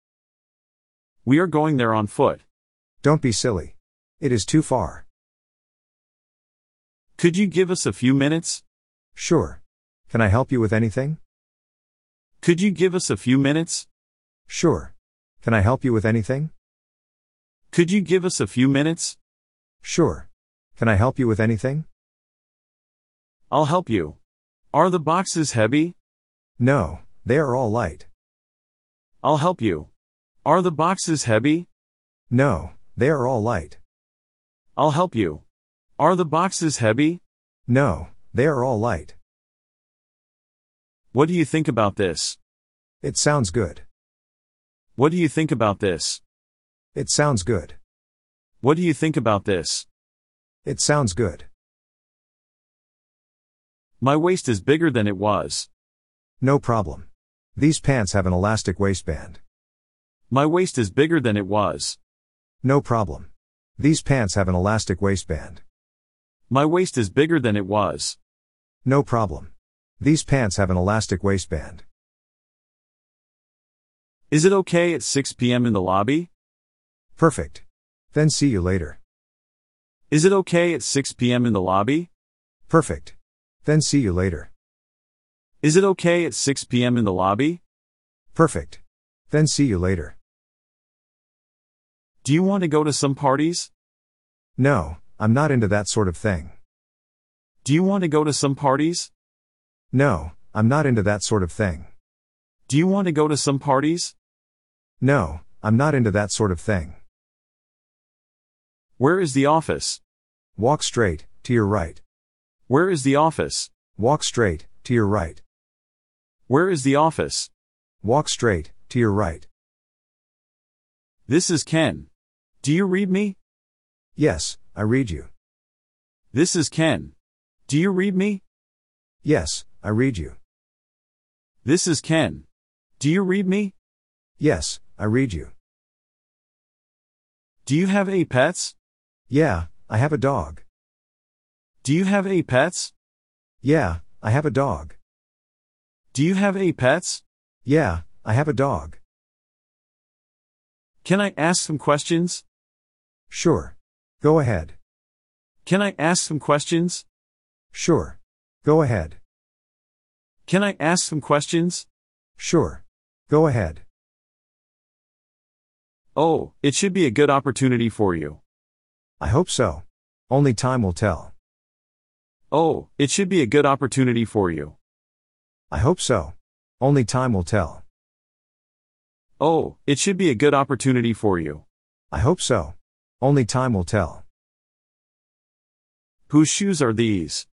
Speaker 3: We are going there on foot.
Speaker 4: Don't be silly. It is too far.
Speaker 3: Could you give us a few minutes?
Speaker 4: Sure. Can I help you with anything?
Speaker 3: Could you give us a few minutes?
Speaker 4: Sure. Can I help you with anything?
Speaker 3: Could you give us a few minutes?
Speaker 4: Sure. Can I help you with anything?
Speaker 3: I'll help you. Are the boxes heavy?
Speaker 4: No, they are all light.
Speaker 3: I'll help you. Are the boxes heavy?
Speaker 4: No, they are all light.
Speaker 3: I'll help you. Are the boxes heavy?
Speaker 4: No, they are all light.
Speaker 3: What do you think about this?
Speaker 4: It sounds good.
Speaker 3: What do you think about this?
Speaker 4: It sounds good.
Speaker 3: What do you think about this?
Speaker 4: It sounds good.
Speaker 3: My waist is bigger than it was.
Speaker 4: No problem. These pants have an elastic waistband.
Speaker 3: My waist is bigger than it was.
Speaker 4: No problem. These pants have an elastic waistband.
Speaker 3: My waist is bigger than it was.
Speaker 4: No problem. These pants have an elastic waistband.
Speaker 3: Is it okay at 6 p.m. in the lobby?
Speaker 4: Perfect. Then see you later.
Speaker 3: Is it okay at 6 p.m. in the lobby?
Speaker 4: Perfect. Then see you later.
Speaker 3: Is it okay at 6 p.m. in the lobby?
Speaker 4: Perfect. Then see you later.
Speaker 3: Do you want to go to some parties?
Speaker 4: No, I'm not into that sort of thing.
Speaker 3: Do you want to go to some parties?
Speaker 4: No, I'm not into that sort of thing.
Speaker 3: Do you want to go to some parties?
Speaker 4: No, I'm not into that sort of thing.
Speaker 3: Where is the office?
Speaker 4: Walk straight, to your right.
Speaker 3: Where is the office?
Speaker 4: Walk straight, to your right.
Speaker 3: Where is the office?
Speaker 4: Walk straight, to your right.
Speaker 3: This is Ken. Do you read me?
Speaker 4: Yes, I read you.
Speaker 3: This is Ken. Do you read me?
Speaker 4: Yes, I read you.
Speaker 3: This is Ken. Do you read me?
Speaker 4: Yes, I read you.
Speaker 3: Do you have any pets?
Speaker 4: Yeah, I have a dog.
Speaker 3: Do you have any pets?
Speaker 4: Yeah, I have a dog.
Speaker 3: Do you have any pets?
Speaker 4: Yeah, I have a dog.
Speaker 3: Can I ask some questions?
Speaker 4: Sure. Go ahead.
Speaker 3: Can I ask some questions?
Speaker 4: Sure. Go ahead.
Speaker 3: Can I ask some questions?
Speaker 4: Sure. Go ahead.
Speaker 3: Oh, it should be a good opportunity for you.
Speaker 4: I hope so. Only time will tell.
Speaker 3: Oh, it should be a good opportunity for you.
Speaker 4: I hope so. Only time will tell.
Speaker 3: Oh, it should be a good opportunity for you.
Speaker 4: I hope so. Only time will tell.
Speaker 3: Whose shoes are these?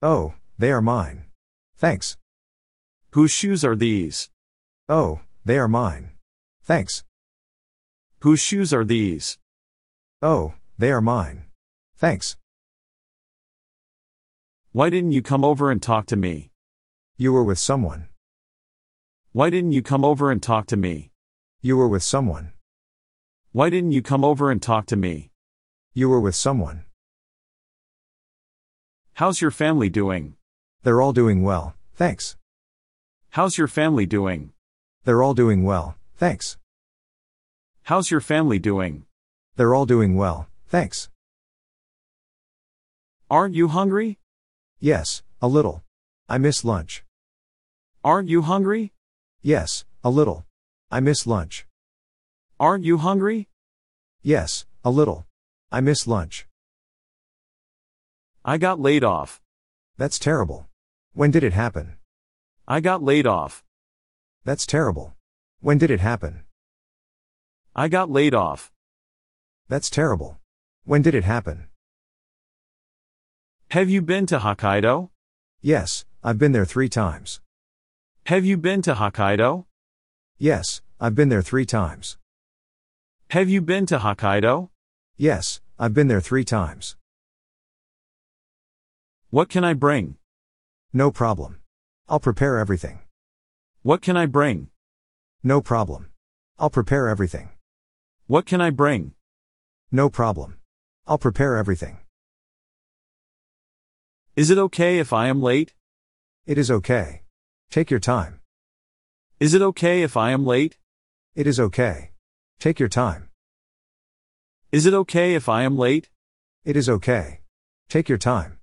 Speaker 4: Oh, they are mine. Thanks.
Speaker 3: Whose shoes are these?
Speaker 4: Oh, they are mine. Thanks.
Speaker 3: Whose shoes are these?
Speaker 4: Oh, they are mine. Thanks.
Speaker 3: Why didn't you come over and talk to me?
Speaker 4: You were with someone.
Speaker 3: Why didn't you come over and talk to me?
Speaker 4: You were with someone.
Speaker 3: Why didn't you come over and talk to me?
Speaker 4: You were with someone.
Speaker 3: How's your family doing?
Speaker 4: They're all doing well, thanks.
Speaker 3: How's your family doing?
Speaker 4: They're all doing well, thanks.
Speaker 3: How's your family doing?
Speaker 4: They're all doing well, thanks.
Speaker 3: Aren't you hungry?
Speaker 4: Yes, a little. I miss lunch.
Speaker 3: Aren't you hungry?
Speaker 4: Yes, a little. I miss lunch.
Speaker 3: Aren't you hungry?
Speaker 4: Yes, a little. I miss lunch.
Speaker 3: I got laid off.
Speaker 4: That's terrible. When did it happen?
Speaker 3: I got laid off.
Speaker 4: That's terrible. When did it happen?
Speaker 3: I got laid off.
Speaker 4: That's terrible. When did it happen?
Speaker 3: Have you been to Hokkaido?
Speaker 4: Yes, I've been there three times.
Speaker 3: Have you been to Hokkaido?
Speaker 4: Yes, I've been there three times.
Speaker 3: Have you been to Hokkaido?
Speaker 4: Yes, I've been there three times.
Speaker 3: What can I bring?
Speaker 4: No problem. I'll prepare everything.
Speaker 3: What can I bring?
Speaker 4: No problem. I'll prepare everything.
Speaker 3: What can I bring?
Speaker 4: No problem. I'll prepare everything.
Speaker 3: Is it okay if I am late?
Speaker 4: It is okay. Take your time.
Speaker 3: Is it okay if I am late?
Speaker 4: It is okay. Take your time.
Speaker 3: Is it okay if I am late?
Speaker 4: It is okay. Take your time.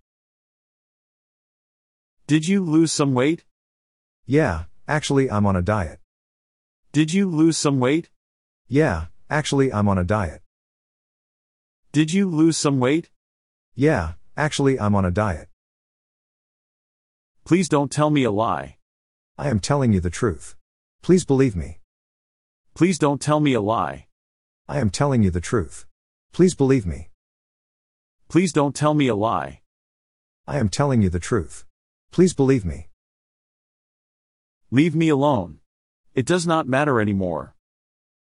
Speaker 3: Did you lose some weight?
Speaker 4: Yeah, actually, I'm on a diet.
Speaker 3: Did you lose some weight?
Speaker 4: Yeah, actually, I'm on a diet.
Speaker 3: Did you lose some weight?
Speaker 4: Yeah, actually, I'm on a diet.
Speaker 3: Please don't tell me a lie.
Speaker 4: I am telling you the truth. Please believe me.
Speaker 3: Please don't tell me a lie.
Speaker 4: I am telling you the truth. Please believe me.
Speaker 3: Please don't tell me a lie.
Speaker 4: I am telling you the truth. Please believe me.
Speaker 3: Leave me alone. It does not matter anymore.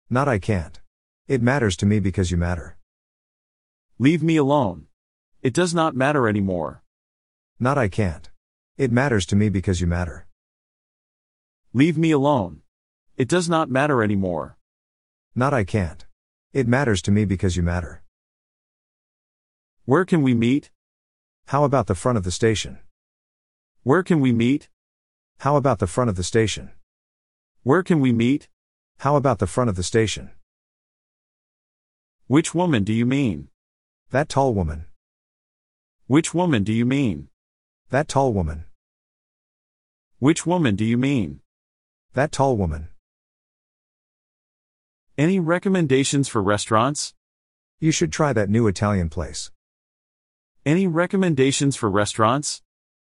Speaker 4: Not I can't. It matters to me because you matter.
Speaker 3: Leave me alone. It does not matter anymore.
Speaker 4: Not I can't. It matters to me because you matter.
Speaker 3: Leave me alone. It does not matter anymore.
Speaker 4: Not I can't. It matters to me because you matter.
Speaker 3: Where can we meet?
Speaker 4: How about the front of the station?
Speaker 3: Where can we meet?
Speaker 4: How about the front of the station?
Speaker 3: Where can we meet?
Speaker 4: How about the front of the station?
Speaker 3: Which woman do you mean?
Speaker 4: That tall woman.
Speaker 3: Which woman do you mean?
Speaker 4: That tall woman.
Speaker 3: Which woman do you mean?
Speaker 4: That tall woman.
Speaker 3: Any recommendations for restaurants?
Speaker 4: You should try that new Italian place.
Speaker 3: Any recommendations for restaurants?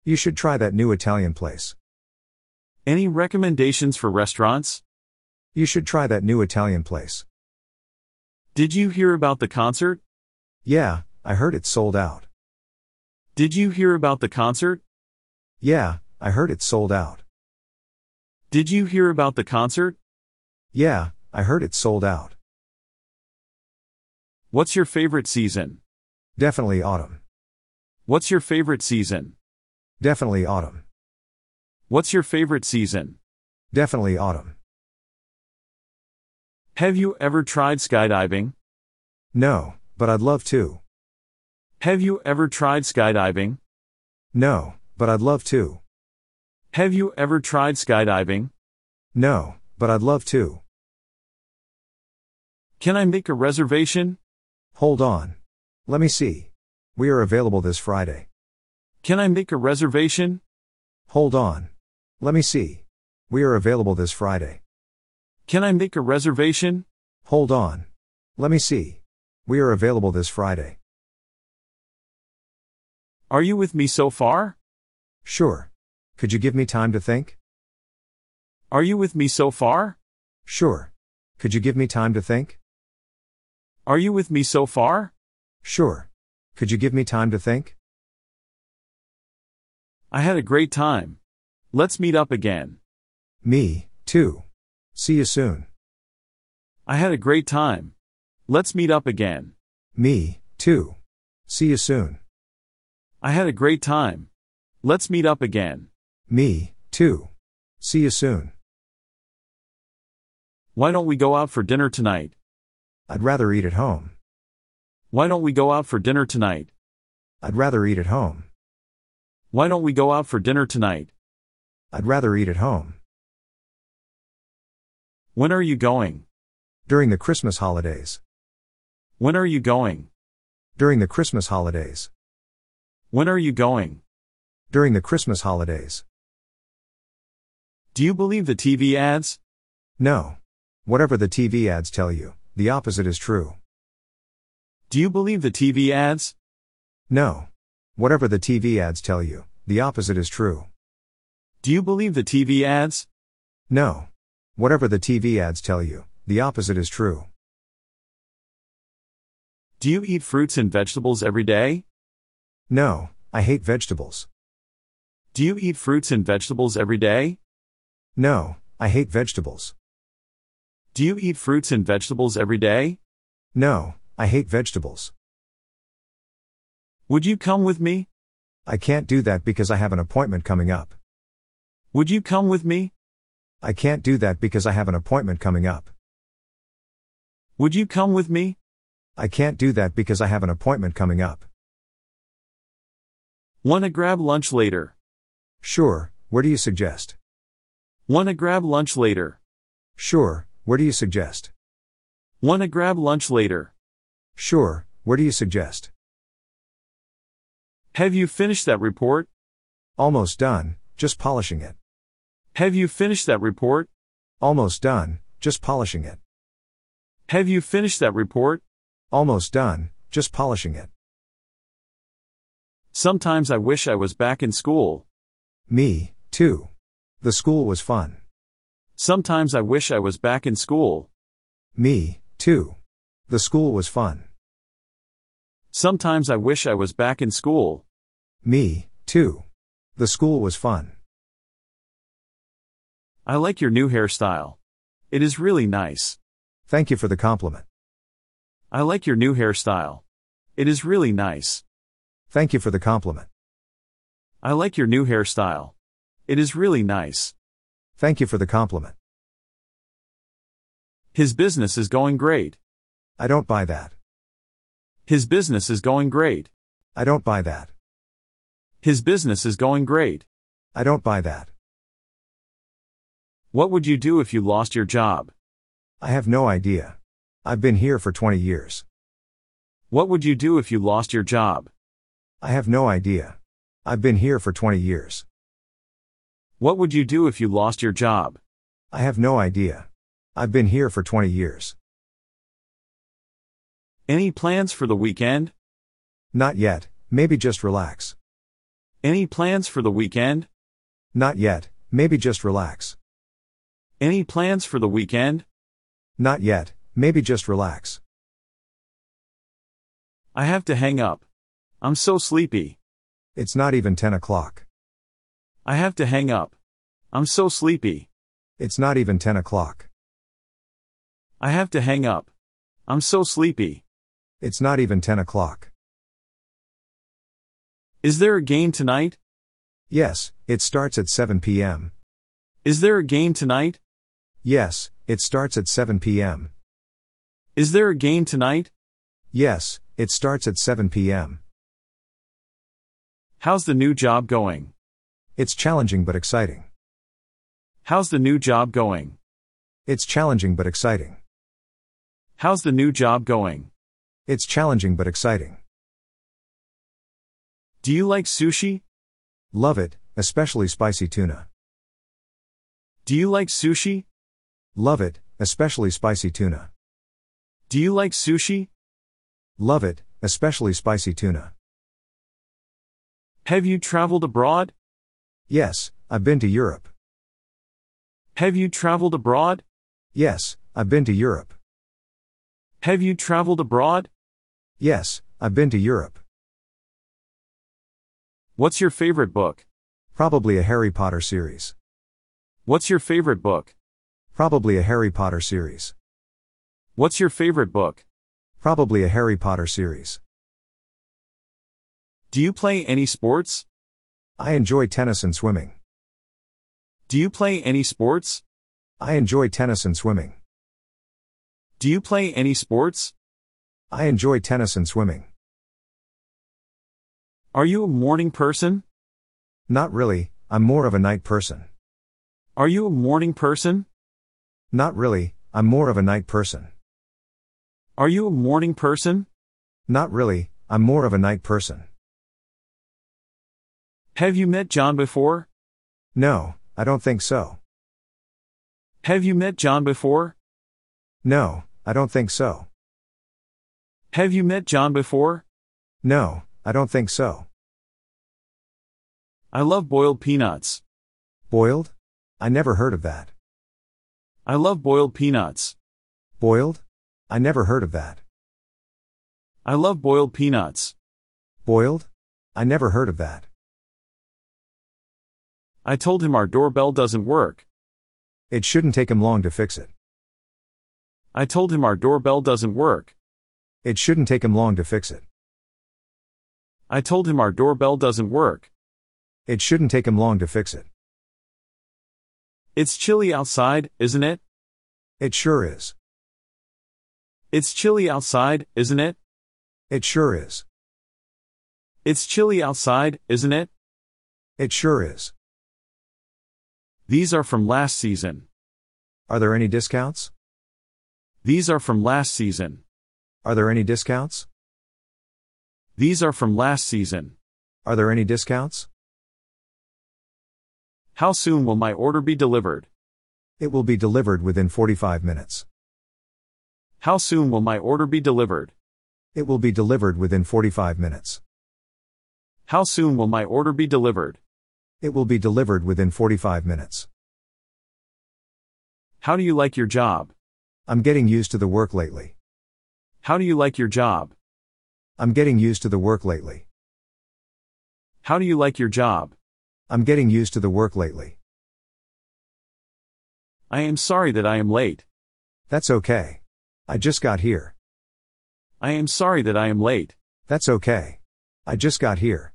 Speaker 4: You should try that new Italian place.
Speaker 3: Any recommendations for restaurants?
Speaker 4: You should try that new Italian place.
Speaker 3: Did you hear about the concert?
Speaker 4: Yeah, I heard it's sold out.
Speaker 3: Did you hear about the concert?
Speaker 4: Yeah, I heard it's sold out.
Speaker 3: Did you hear about the concert?
Speaker 4: Yeah, I heard it's sold out.
Speaker 3: What's your favorite season?
Speaker 4: Definitely autumn.
Speaker 3: What's your favorite season?
Speaker 4: Definitely autumn.
Speaker 3: What's your favorite season?
Speaker 4: Definitely autumn.
Speaker 3: Have you ever tried skydiving?
Speaker 4: No, but I'd love to.
Speaker 3: Have you ever tried skydiving?
Speaker 4: No, but I'd love to.
Speaker 3: Have you ever tried skydiving?
Speaker 4: No, but I'd love to.
Speaker 3: Can I make a reservation?
Speaker 4: Hold on. Let me see. We are available this Friday.
Speaker 3: Can I make a reservation?
Speaker 4: Hold on. Let me see. We are available this Friday.
Speaker 3: Can I make a reservation?
Speaker 4: Hold on. Let me see. We are available this Friday.
Speaker 3: Are you with me so far?
Speaker 4: Sure. Could you give me time to think?
Speaker 3: Are you with me so far?
Speaker 4: Sure. Could you give me time to think?
Speaker 3: Are you with me so far?
Speaker 4: Sure. Could you give me time to think?
Speaker 3: I had a great time. Let's meet up again.
Speaker 4: Me, too. See you soon.
Speaker 3: I had a great time. Let's meet up again.
Speaker 4: Me, too. See you soon.
Speaker 3: I had a great time. Let's meet up again.
Speaker 4: Me, too. See you soon.
Speaker 3: Why don't we go out for dinner tonight?
Speaker 4: I'd rather eat at home.
Speaker 3: Why don't we go out for dinner tonight?
Speaker 4: I'd rather eat at home.
Speaker 3: Why don't we go out for dinner tonight?
Speaker 4: I'd rather eat at home.
Speaker 3: When are you going?
Speaker 4: During the Christmas holidays.
Speaker 3: When are you going?
Speaker 4: During the Christmas holidays.
Speaker 3: When are you going?
Speaker 4: During the Christmas holidays.
Speaker 3: Do you believe the TV ads?
Speaker 4: No. Whatever the TV ads tell you, the opposite is true.
Speaker 3: Do you believe the TV ads?
Speaker 4: No. Whatever the TV ads tell you, the opposite is true.
Speaker 3: Do you believe the TV ads?
Speaker 4: No. Whatever the TV ads tell you, the opposite is true.
Speaker 3: Do you eat fruits and vegetables every day?
Speaker 4: No, I hate vegetables.
Speaker 3: Do you eat fruits and vegetables every day?
Speaker 4: No, I hate vegetables.
Speaker 3: Do you eat fruits and vegetables every day?
Speaker 4: No, I hate vegetables.
Speaker 3: Would you come with me?
Speaker 4: I can't do that because I have an appointment coming up.
Speaker 3: Would you come with me?
Speaker 4: I can't do that because I have an appointment coming up.
Speaker 3: Would you come with me?
Speaker 4: I can't do that because I have an appointment coming up.
Speaker 3: Wanna grab lunch later?
Speaker 4: Sure, where do you suggest?
Speaker 3: Wanna grab lunch later?
Speaker 4: Sure, where do you suggest?
Speaker 3: Wanna grab lunch later?
Speaker 4: Sure, where do you suggest?
Speaker 3: Have you finished that report?
Speaker 4: Almost done, just polishing it.
Speaker 3: Have you finished that report?
Speaker 4: Almost done, just polishing it.
Speaker 3: Have you finished that report?
Speaker 4: Almost done, just polishing it.
Speaker 3: Sometimes I wish I was back in school.
Speaker 4: Me, too. The school was fun.
Speaker 3: Sometimes I wish I was back in school.
Speaker 4: Me, too. The school was fun.
Speaker 3: Sometimes I wish I was back in school.
Speaker 4: Me, too. The school was fun.
Speaker 3: I like your new hairstyle. It is really nice.
Speaker 4: Thank you for the compliment.
Speaker 3: I like your new hairstyle. It is really nice.
Speaker 4: Thank you for the compliment.
Speaker 3: I like your new hairstyle. It is really nice.
Speaker 4: Thank you for the compliment.
Speaker 3: His business is going great.
Speaker 4: I don't buy that.
Speaker 3: His business is going great.
Speaker 4: I don't buy that.
Speaker 3: His business is going great.
Speaker 4: I don't buy that.
Speaker 3: What would you do if you lost your job?
Speaker 4: I have no idea. I've been here for 20 years.
Speaker 3: What would you do if you lost your job?
Speaker 4: I have no idea. I've been here for 20 years.
Speaker 3: What would you do if you lost your job?
Speaker 4: I have no idea. I've been here for 20 years.
Speaker 3: Any plans for the weekend?
Speaker 4: Not yet, maybe just relax.
Speaker 3: Any plans for the weekend?
Speaker 4: Not yet, maybe just relax.
Speaker 3: Any plans for the weekend?
Speaker 4: Not yet, maybe just relax.
Speaker 3: I have to hang up. I'm so sleepy.
Speaker 4: It's not even 10 o'clock.
Speaker 3: I have to hang up. I'm so sleepy.
Speaker 4: It's not even 10 o'clock.
Speaker 3: I have to hang up. I'm so sleepy.
Speaker 4: It's not even 10 o'clock.
Speaker 3: Is there a game tonight?
Speaker 4: Yes, it starts at 7 p.m.
Speaker 3: Is there a game tonight?
Speaker 4: Yes, it starts at 7 p.m.
Speaker 3: Is there a game tonight?
Speaker 4: Yes, it starts at 7 p.m.
Speaker 3: How's the new job going?
Speaker 4: It's challenging but exciting.
Speaker 3: How's the new job going?
Speaker 4: It's challenging but exciting.
Speaker 3: How's the new job going?
Speaker 4: It's challenging but exciting.
Speaker 3: Do you like sushi?
Speaker 4: Love it, especially spicy tuna.
Speaker 3: Do you like sushi?
Speaker 4: Love it, especially spicy tuna.
Speaker 3: Do you like sushi?
Speaker 4: Love it, especially spicy tuna.
Speaker 3: Have you traveled abroad?
Speaker 4: Yes, I've been to Europe.
Speaker 3: Have you traveled abroad?
Speaker 4: Yes, I've been to Europe.
Speaker 3: Have you traveled abroad?
Speaker 4: Yes, I've been to Europe.
Speaker 3: What's your favorite book?
Speaker 4: Probably a Harry Potter series.
Speaker 3: What's your favorite book?
Speaker 4: Probably a Harry Potter series.
Speaker 3: What's your favorite book?
Speaker 4: Probably a Harry Potter series.
Speaker 3: Do you play any sports?
Speaker 4: I enjoy tennis and swimming.
Speaker 3: Do you play any sports?
Speaker 4: I enjoy tennis and swimming.
Speaker 3: Do you play any sports?
Speaker 4: I enjoy tennis and swimming.
Speaker 3: Are you a morning person?
Speaker 4: Not really, I'm more of a night person.
Speaker 3: Are you a morning person?
Speaker 4: Not really, I'm more of a night person.
Speaker 3: Are you a morning person?
Speaker 4: Not really, I'm more of a night person.
Speaker 3: Have you met John before?
Speaker 4: No, I don't think so.
Speaker 3: Have you met John before?
Speaker 4: No, I don't think so.
Speaker 3: Have you met John before?
Speaker 4: No, I don't think so.
Speaker 3: I love boiled peanuts.
Speaker 4: Boiled? I never heard of that.
Speaker 3: I love boiled peanuts.
Speaker 4: Boiled? I never heard of that.
Speaker 3: I love boiled peanuts.
Speaker 4: Boiled? I never heard of that.
Speaker 3: I told him our doorbell doesn't work.
Speaker 4: It shouldn't take him long to fix it.
Speaker 3: I told him our doorbell doesn't work.
Speaker 4: It shouldn't take him long to fix it.
Speaker 3: I told him our doorbell doesn't work.
Speaker 4: It shouldn't take him long to fix it.
Speaker 3: It's chilly outside, isn't it?
Speaker 4: It sure is.
Speaker 3: It's chilly outside, isn't it?
Speaker 4: It sure is.
Speaker 3: It's chilly outside, isn't it?
Speaker 4: It sure is.
Speaker 3: These are from last season.
Speaker 4: Are there any discounts?
Speaker 3: These are from last season.
Speaker 4: Are there any discounts?
Speaker 3: These are from last season.
Speaker 4: Are there any discounts?
Speaker 3: How soon will my order be delivered?
Speaker 4: It will be delivered within 45 minutes.
Speaker 3: How soon will my order be delivered?
Speaker 4: It will be delivered within 45 minutes.
Speaker 3: How soon will my order be delivered?
Speaker 4: It will be delivered within 45 minutes.
Speaker 3: How do you like your job?
Speaker 4: I'm getting used to the work lately.
Speaker 3: How do you like your job?
Speaker 4: I'm getting used to the work lately.
Speaker 3: How do you like your job?
Speaker 4: I'm getting used to the work lately.
Speaker 3: I am sorry that I am late.
Speaker 4: That's okay. I just got here.
Speaker 3: I am sorry that I am late.
Speaker 4: That's okay. I just got here.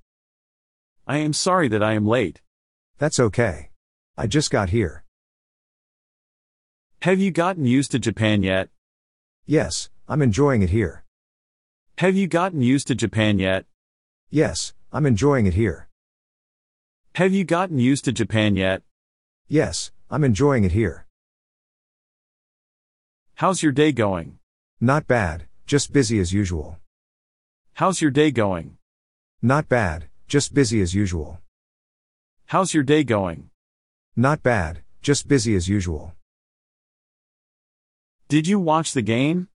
Speaker 3: I am sorry that I am late.
Speaker 4: That's okay. I just got here.
Speaker 3: Have you gotten used to Japan yet?
Speaker 4: Yes, I'm enjoying it here.
Speaker 3: Have you gotten used to Japan yet?
Speaker 4: Yes, I'm enjoying it here.
Speaker 3: Have you gotten used to Japan yet?
Speaker 4: Yes, I'm enjoying it here.
Speaker 3: How's your day going?
Speaker 4: Not bad, just busy as usual.
Speaker 3: How's your day going?
Speaker 4: Not bad, just busy as usual.
Speaker 3: How's your day going?
Speaker 4: Not bad, just busy as usual.
Speaker 3: Did you watch the game?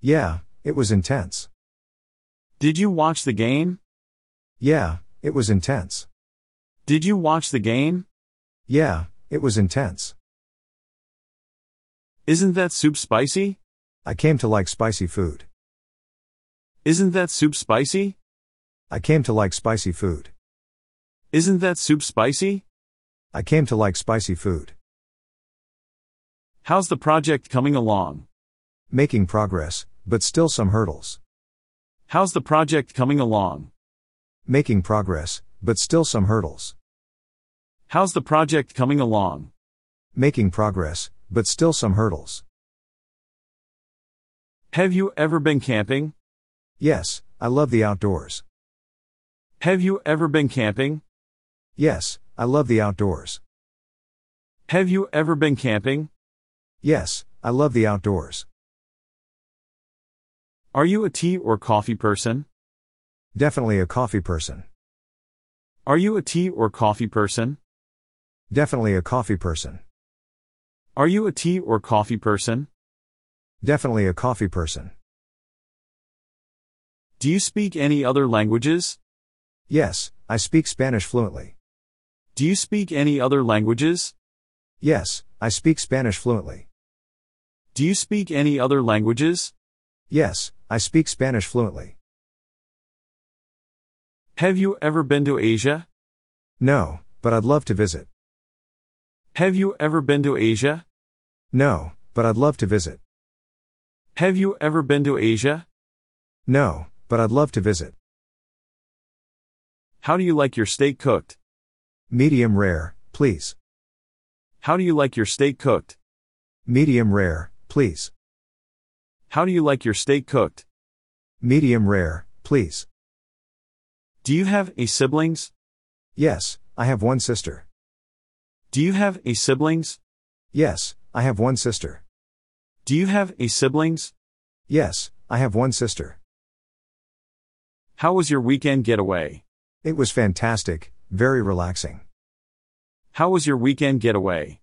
Speaker 4: Yeah, it was intense.
Speaker 3: Did you watch the game?
Speaker 4: Yeah, it was intense.
Speaker 3: Did you watch the game?
Speaker 4: Yeah, it was intense.
Speaker 3: Isn't that soup spicy?
Speaker 4: I came to like spicy food.
Speaker 3: Isn't that soup spicy?
Speaker 4: I came to like spicy food.
Speaker 3: Isn't that soup spicy?
Speaker 4: I came to like spicy food.
Speaker 3: How's the project coming along?
Speaker 4: Making progress, but still some hurdles.
Speaker 3: How's the project coming along?
Speaker 4: Making progress, but still some hurdles.
Speaker 3: How's the project coming along?
Speaker 4: Making progress, but still some hurdles.
Speaker 3: Have you ever been camping?
Speaker 4: Yes, I love the outdoors.
Speaker 3: Have you ever been camping?
Speaker 4: Yes, I love the outdoors.
Speaker 3: Have you ever been camping?
Speaker 4: Yes, I love the outdoors.
Speaker 3: Are you a tea or coffee person?
Speaker 4: Definitely a coffee person.
Speaker 3: Are you a tea or coffee person?
Speaker 4: Definitely a coffee person.
Speaker 3: Are you a tea or coffee person?
Speaker 4: Definitely a coffee person.
Speaker 3: Do you speak any other languages?
Speaker 4: Yes, I speak Spanish fluently.
Speaker 3: Do you speak any other languages?
Speaker 4: Yes, I speak Spanish fluently.
Speaker 3: Do you speak any other languages?
Speaker 4: Yes, I speak Spanish fluently.
Speaker 3: Have you ever been to Asia?
Speaker 4: No, but I'd love to visit.
Speaker 3: Have you ever been to Asia?
Speaker 4: No, but I'd love to visit.
Speaker 3: Have you ever been to Asia?
Speaker 4: No, but I'd love to visit.
Speaker 3: How do you like your steak cooked?
Speaker 4: Medium rare, please.
Speaker 3: How do you like your steak cooked?
Speaker 4: Medium rare, please.
Speaker 3: How do you like your steak cooked?
Speaker 4: Medium rare, please.
Speaker 3: Do you have a siblings?
Speaker 4: Yes, I have one sister.
Speaker 3: Do you have a siblings?
Speaker 4: Yes, I have one sister.
Speaker 3: Do you have a siblings?
Speaker 4: Yes, I have one sister.
Speaker 3: How was your weekend getaway?
Speaker 4: It was fantastic, very relaxing.
Speaker 3: How was your weekend getaway?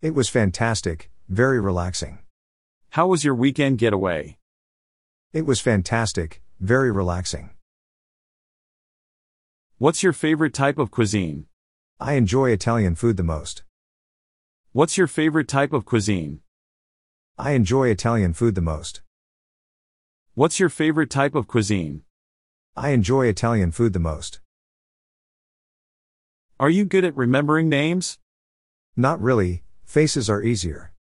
Speaker 4: It was fantastic, very relaxing.
Speaker 3: How was your weekend getaway?
Speaker 4: It was fantastic, very relaxing.
Speaker 3: What's your favorite type of cuisine?
Speaker 4: I enjoy Italian food the most.
Speaker 3: What's your favorite type of cuisine?
Speaker 4: I enjoy Italian food the most.
Speaker 3: What's your favorite type of cuisine?
Speaker 4: I enjoy Italian food the most.
Speaker 3: Are you good at remembering names?
Speaker 4: Not really, faces are easier.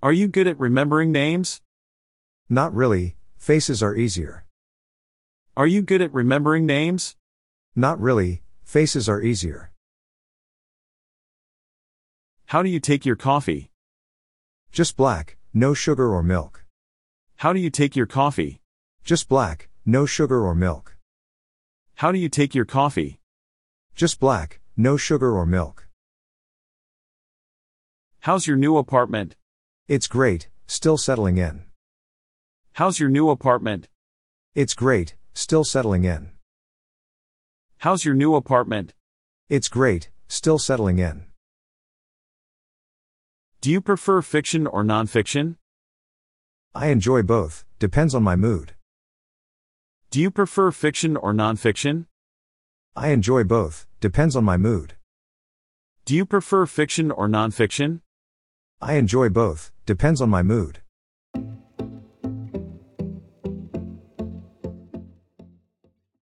Speaker 3: Are you good at remembering names?
Speaker 4: Not really, faces are easier.
Speaker 3: Are you good at remembering names?
Speaker 4: Not really, faces are easier.
Speaker 3: How do you take your coffee?
Speaker 4: Just black, no sugar or milk.
Speaker 3: How do you take your coffee?
Speaker 4: Just black, no sugar or milk.
Speaker 3: How do you take your coffee?
Speaker 4: Just black, no sugar or milk.
Speaker 3: How's your new apartment?
Speaker 4: It's great, still settling in.
Speaker 3: How's your new apartment?
Speaker 4: It's great, still settling in.
Speaker 3: How's your new apartment?
Speaker 4: It's great, still settling in.
Speaker 3: Do you prefer fiction or nonfiction?
Speaker 4: I enjoy both, depends on my mood.
Speaker 3: Do you prefer fiction or nonfiction?
Speaker 4: I enjoy both, depends on my mood.
Speaker 3: Do you prefer fiction or nonfiction?
Speaker 4: I enjoy both, depends on my mood.